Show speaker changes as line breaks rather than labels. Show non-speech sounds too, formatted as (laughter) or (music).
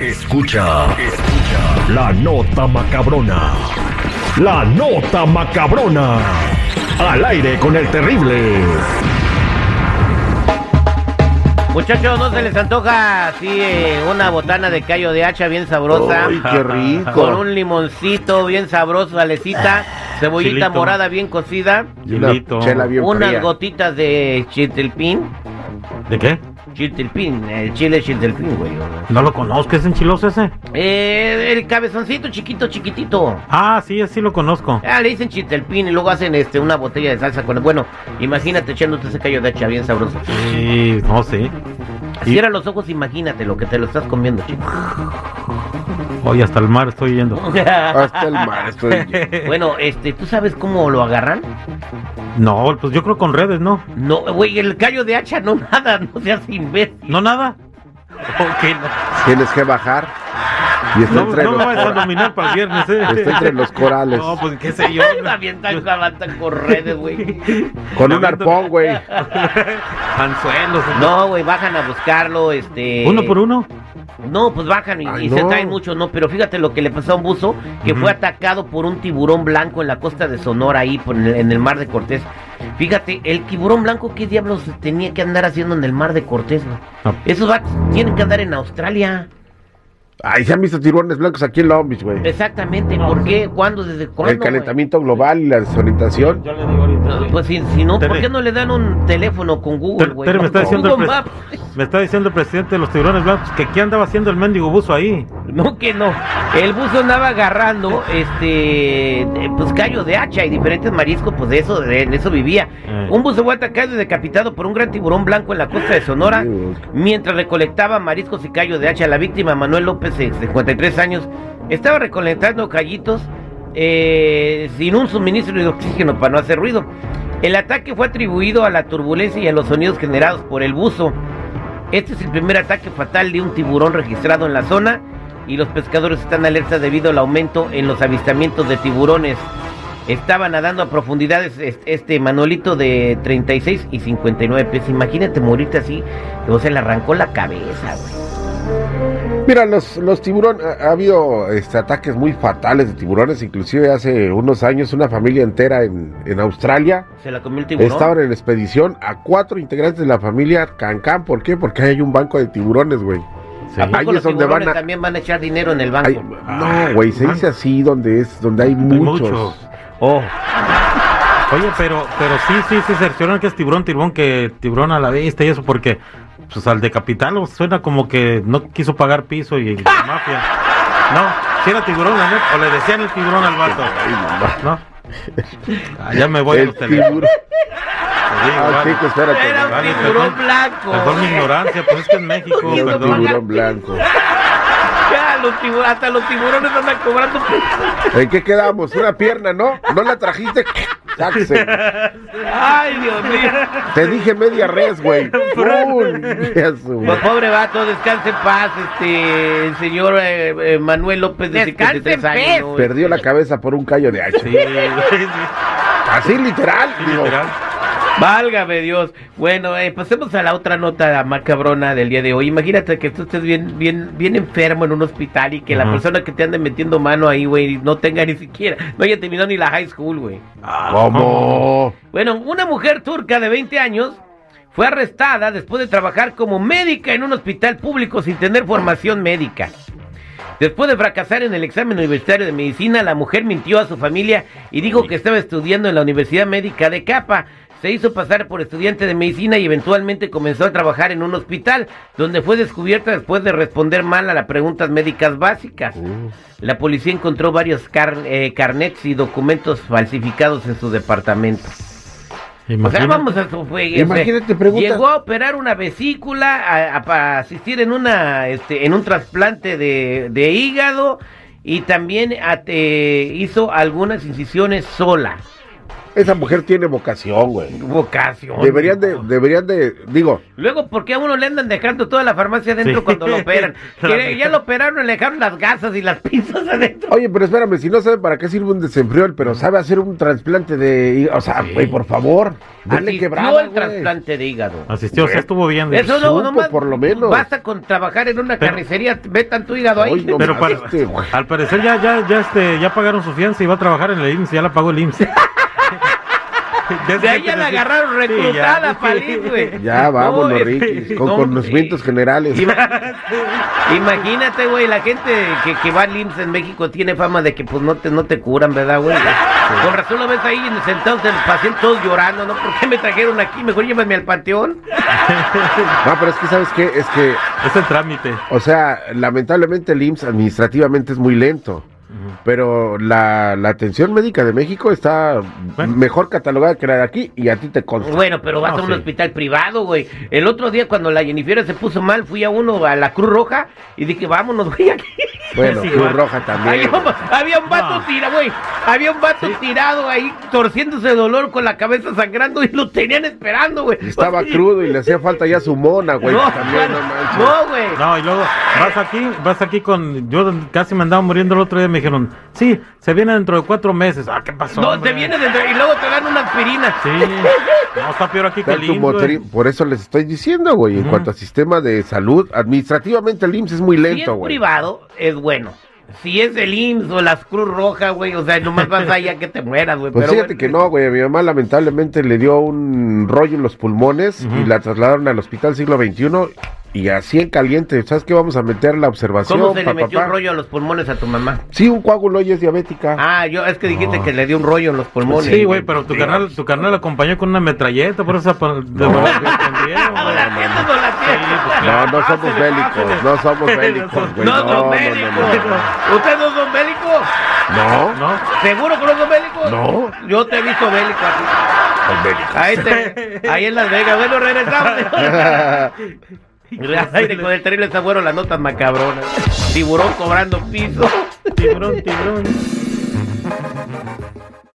Escucha, escucha la nota macabrona. La nota macabrona. Al aire con el terrible.
Muchachos, ¿no se les antoja así eh, una botana de callo de hacha bien sabrosa?
Ay, qué rico.
Con un limoncito bien sabroso, alecita, cebollita
Chilito.
morada bien cocida,
Y una
Chilito.
chela Ah, bien
unas
fría.
gotitas de chiltepín,
¿De qué?
chiltepín, el chile chiltepín, güey.
No lo conozco, ¿es enchiloso ese?
Eh, el cabezoncito chiquito, chiquitito.
Ah, sí, sí lo conozco. (laughs)
Ah, le dicen chiltepín y luego hacen este una botella de salsa con bueno, imagínate echándote ese callo de hacha bien sabroso.
Sí, no sé. Y-
Cierra los ojos, imagínate lo que te lo estás comiendo, chico.
(laughs)
Hoy hasta el mar estoy yendo.
Hasta el mar estoy yo.
Bueno, este, ¿tú sabes cómo lo agarran?
No, pues yo creo con redes, ¿no?
No, güey, el callo de hacha no (laughs) nada, no seas imbécil.
¿No nada? Ok, no.
(laughs) Tienes que bajar. Y está
No,
entre,
no me
los
vayas a
cora-
dominar para el viernes, ¿eh?
(laughs) está entre los corales.
No, pues qué sé yo.
Está bien tan galanta con redes,
(laughs)
güey.
Con un arpón, güey.
Anzuelos. eh.
No, güey, bajan a buscarlo, este...
¿Uno Ah, por uno?
No, pues bajan y,
Ay,
y se
no.
traen mucho, no, pero fíjate lo que le pasó a un buzo que fue atacado por un tiburón blanco en la costa de Sonora, ahí por el- en el mar de Cortés. Fíjate, el tiburón blanco, ¿qué diablos tenía que andar haciendo en el mar de Cortés, güey?
Ah.
Esos vatos tienen que andar en Australia.
Ay, se han visto tirones blancos aquí en Long Beach, güey.
Exactamente, ¿por qué? ¿Cuándo? ¿Desde cuándo?
El calentamiento global y la desorientación.
Yo le digo ahorita.
güey? Pues si, si no, ¿por
Tere.
qué no le dan un teléfono con Google,
Tere,
güey?
Tere, me está
Con
diciendo el
Google
pres-
Maps.
Me está diciendo el presidente de los tiburones blancos que qué andaba haciendo el mendigo buzo ahí.
(laughs) No, que no. El buzo andaba agarrando, este, eh, pues callo de hacha y diferentes mariscos, pues de eso, de, de eso vivía.
Eh.
Un buzo fue atacado y decapitado por un gran tiburón blanco en la costa de Sonora,
Dios.
mientras recolectaba mariscos y callo de hacha. La víctima, Manuel López, eh, de 53 años, estaba recolectando callitos eh, sin un suministro de oxígeno para no hacer ruido. El ataque fue atribuido a la turbulencia y a los sonidos generados por el buzo. Este es el primer ataque fatal de un tiburón registrado en la zona y los pescadores están alerta debido al aumento en los avistamientos de tiburones. Estaba nadando a profundidades es- este Manolito de 36 y 59 pies. Imagínate morirte así, o sea, le arrancó la cabeza, güey.
Mira, los, los tiburones, ha, ha habido este, ataques muy fatales de tiburones, inclusive hace unos años una familia entera en, en Australia
Se la comió el tiburón.
estaban en expedición a cuatro integrantes de la familia Cancán, ¿por qué? Porque ahí hay un banco de tiburones, güey.
¿A poco
Ahí
los
es donde
tiburones
van a-
también van a echar dinero en el banco?
Hay- no, güey, se dice así donde es, donde hay muchos.
muchos. Oh. Oye, pero, pero sí, sí, sí, cercioran que es tiburón, tiburón, que tiburón a la vista y eso, porque pues al decapitarlo suena como que no quiso pagar piso y la mafia. No, si era tiburón, la neta, o le decían el tiburón al vato. No. Ah, ya me voy a
El
los teléfonos. (laughs)
tiburón.
Te digo,
Ah,
vale.
chico, espérate.
Era un
Vale,
tiburón
perdón.
blanco.
Perdón mi ignorancia, pues es que en México,
No quiso
Un
perdón.
pagar.
tiburón blanco.
Ya, los tibu- hasta los tiburones andan cobrando.
¿En qué quedamos? Una pierna, ¿no? ¿No la trajiste? Sáquese.
Ay, Dios mío.
Te dije media res,
(laughs)
güey. Uy, ya su-
Pues pobre vato, descanse en paz, este el señor eh, eh, Manuel López de
Descanse en
53 años.
paz.
¿no? Este,
Perdió la cabeza por un callo de hacha.
Sí, (laughs) sí, sí,
Así literal, digo.
literal.
Válgame Dios. Bueno, eh, pasemos a la otra nota macabrona del día de hoy. Imagínate que tú estés bien, bien, bien enfermo en un hospital y que la
Ajá.
persona que te ande metiendo mano ahí, güey, no tenga ni siquiera, no haya terminado ni la high school, güey.
Ah,
¿Cómo?
Bueno, una mujer turca de 20 años fue arrestada después de trabajar como médica en un hospital público sin tener formación médica. Después de fracasar en el examen universitario de medicina, la mujer mintió a su familia y dijo que estaba estudiando en la Universidad Médica de Capa. Se hizo pasar por estudiante de medicina y eventualmente comenzó a trabajar en un hospital, donde fue descubierta después de responder mal a las preguntas médicas básicas. La policía encontró varios car- eh, carnets y documentos falsificados en su departamento. O sea,
Imagínate.
vamos a su fue-
Imagínate,
fue-
pregunta.
Llegó a operar una vesícula, a, a- para asistir en una, este, en un trasplante de, de hígado y también a- te- hizo algunas incisiones sola.
Esa mujer tiene vocación, güey.
Vocación.
Deberían de, deberían de, digo,
Luego, ¿por qué a uno le andan dejando toda la farmacia adentro
Sí.
cuando lo
(laughs)
operan? Que ya lo operaron, le dejaron las gasas y las pinzas adentro.
oye, pero espérame, si no sabe para qué sirve un desenfriol, pero sabe hacer un trasplante de, hí- o sea, güey, por favor, dale
Asistió
quebrada,
al
güey.
trasplante de hígado.
Asistió, o sea, estuvo bien.
Eso no,
supo,
nomás
por lo menos.
Basta con trabajar en una
Pero-
carnicería, metan tu hígado ahí.
Ay, no
Pero
me
para-
asuste, güey.
Al parecer ya, ya, ya, este, ya pagaron su fianza y va a trabajar en el IMSS, ya la pagó el IMSS. Desde
De ahí (laughs)
que
ya la
nací-
agarraron
Sí, ya.
reclutada, palín, güey.
(laughs) Ya vámonos,
No, (laughs)
Ricky,
eh,
con
no,
conocimientos
eh,
generales.
ima- Imagínate, güey, la gente que, que va al IMSS en México tiene fama de que pues no te, no te curan, ¿verdad, güey? Con razón lo ves ahí sentados el paciente todos llorando, ¿no? ¿Por qué me trajeron aquí? Mejor llévame al panteón.
No, pero es que, ¿sabes qué? Es que,
Es el trámite.
o sea, lamentablemente el IMSS administrativamente es muy lento. Pero la, la atención médica de México está
Bueno.
mejor catalogada que la de aquí y a ti te consta.
Bueno, pero vas
No,
a un
sí.
hospital privado, güey. El otro día cuando la Jennifer se puso mal, fui a uno, a la Cruz Roja, y dije, vámonos, güey, aquí.
Bueno,
Sí,
Cruz
igual.
Roja también.
Había un- había un vato
No.
tira, güey. Había un vato tirado ahí torciéndose de dolor con la cabeza sangrando y lo tenían esperando, güey.
Estaba
Sí.
crudo y le hacía falta ya su mona, güey.
no,
también, no manches.
no, güey.
No, y luego vas aquí, vas aquí con. Yo casi me andaba muriendo el otro día. Me dijeron, sí, se viene dentro de cuatro meses. Ah, ¿qué pasó?
No,
hombre?
te viene dentro y luego te dan una aspirina.
Sí, no está peor aquí
Está
que el
tu
IMSS,
motori-
eh.
güey.
Por eso les estoy diciendo, güey. En cuanto a sistema de salud, administrativamente el IMSS es muy
Si es
lento, güey.
privado, es bueno. Si es el IMSS o las Cruz Roja, güey, o sea, nomás vas allá que te mueras, güey.
Pues
pero
fíjate
bueno.
que no, güey. A mi mamá lamentablemente le dio un rollo en los pulmones y la trasladaron al hospital siglo XXI y así en caliente. ¿Sabes qué? Vamos a meter la observación.
¿Cómo se le
pa,
metió
pa,
un
pa.
rollo a los pulmones a tu mamá?
Sí, un coágulo y es diabética.
Ah, yo, es que dijiste que le dio un rollo en los pulmones.
Sí, güey, pero tu
Sí.
carnal, tu carnal la acompañó con una metralleta, por eso se apa- de-
No.
(laughs)
se escondieron,
Ah,
güey.
la sientes o la sientes?
Sí, pues,
No,
ah,
no
Pásele,
somos bélicos,
pásele.
(laughs)
no somos bélicos, güey.
no,
no,
son
no,
bélicos.
no, no.
¿Ustedes no son bélicos?
No,
No,
¿Seguro que no son bélicos?
No.
Yo te he visto bélico aquí.
son bélicos.
Ahí, te- ahí en Las Vegas. Bueno,
(laughs)
regresamos. Al aire con el terrible sabor las notas macabronas. Tiburón cobrando piso.
tiburón, tiburón.